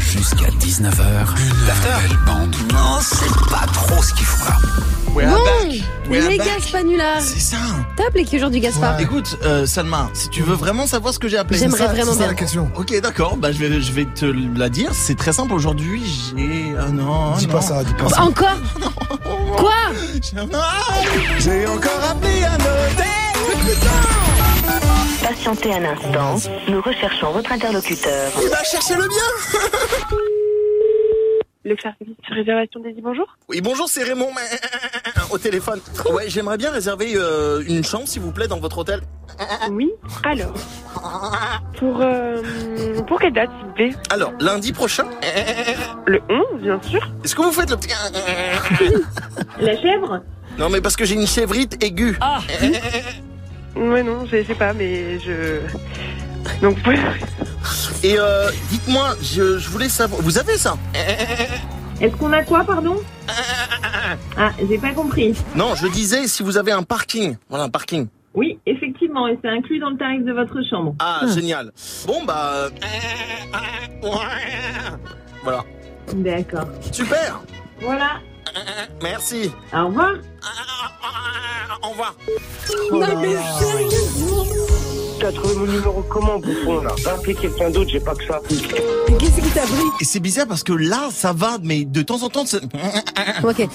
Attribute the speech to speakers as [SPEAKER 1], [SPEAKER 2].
[SPEAKER 1] Jusqu'à 19h, la belle bande. Non, c'est pas trop ce qu'ils font là.
[SPEAKER 2] We're
[SPEAKER 3] Bon,
[SPEAKER 2] back. We're
[SPEAKER 3] les
[SPEAKER 2] back.
[SPEAKER 3] Gaspanulars.
[SPEAKER 2] C'est ça.
[SPEAKER 3] T'as appelé qui aujourd'hui, Gaspard
[SPEAKER 2] Écoute, euh, Salma, si tu veux vraiment savoir ce que j'ai appelé.
[SPEAKER 3] J'aimerais
[SPEAKER 2] C'est ça,
[SPEAKER 3] vraiment
[SPEAKER 2] c'est ça
[SPEAKER 3] bien.
[SPEAKER 2] la question. Ok, d'accord. Bah, je vais, je vais te la dire. C'est très simple. Aujourd'hui, j'ai. Ah non.
[SPEAKER 4] Dis
[SPEAKER 2] non.
[SPEAKER 4] pas ça, dis pas ça.
[SPEAKER 3] Encore Quoi
[SPEAKER 2] J'ai- non. J'ai encore appelé un hôtel.
[SPEAKER 5] Patientez un
[SPEAKER 3] Bah,
[SPEAKER 5] instant, nous recherchons votre interlocuteur.
[SPEAKER 2] Il va chercher le bien.
[SPEAKER 6] Le service réservation des bonjour
[SPEAKER 2] Oui, bonjour, c'est Raymond. mais- euh, Au téléphone. Ouais, j'aimerais bien réserver euh, une chambre, s'il vous plaît, dans votre hôtel.
[SPEAKER 6] Oui, alors. Pour, euh, pour quelle date, s'il vous plaît
[SPEAKER 2] Alors, lundi prochain.
[SPEAKER 6] Le 11, bien sûr.
[SPEAKER 2] Est-ce que vous faites le.
[SPEAKER 6] La chèvre
[SPEAKER 2] Non, mais parce que j'ai une chèvrite aiguë.
[SPEAKER 3] Ah.
[SPEAKER 6] Ouais, non, je sais pas, mais je. Donc, vous pouvez-
[SPEAKER 2] Et euh, dites-moi, je, je voulais savoir. Vous avez ça
[SPEAKER 7] Est-ce qu'on a quoi, pardon Ah, j'ai pas compris.
[SPEAKER 2] Non, je disais si vous avez un parking. Voilà, un parking.
[SPEAKER 7] Oui, effectivement, et c'est inclus dans le tarif de votre chambre.
[SPEAKER 2] Ah, génial. Bon, bah. euh, Voilà.
[SPEAKER 7] D'accord.
[SPEAKER 2] Super.
[SPEAKER 7] Voilà.
[SPEAKER 2] Merci.
[SPEAKER 7] Au revoir.
[SPEAKER 2] Au revoir.
[SPEAKER 8] Oh
[SPEAKER 3] Non, mais
[SPEAKER 8] T'as trouvé mon numéro comment, bouffon, là Va appeler quelqu'un d'autre, j'ai pas que ça.
[SPEAKER 3] Qu'est-ce qui t'a pris
[SPEAKER 2] Et c'est bizarre parce que là, ça va, mais de temps en temps, c'est-
[SPEAKER 3] Ok,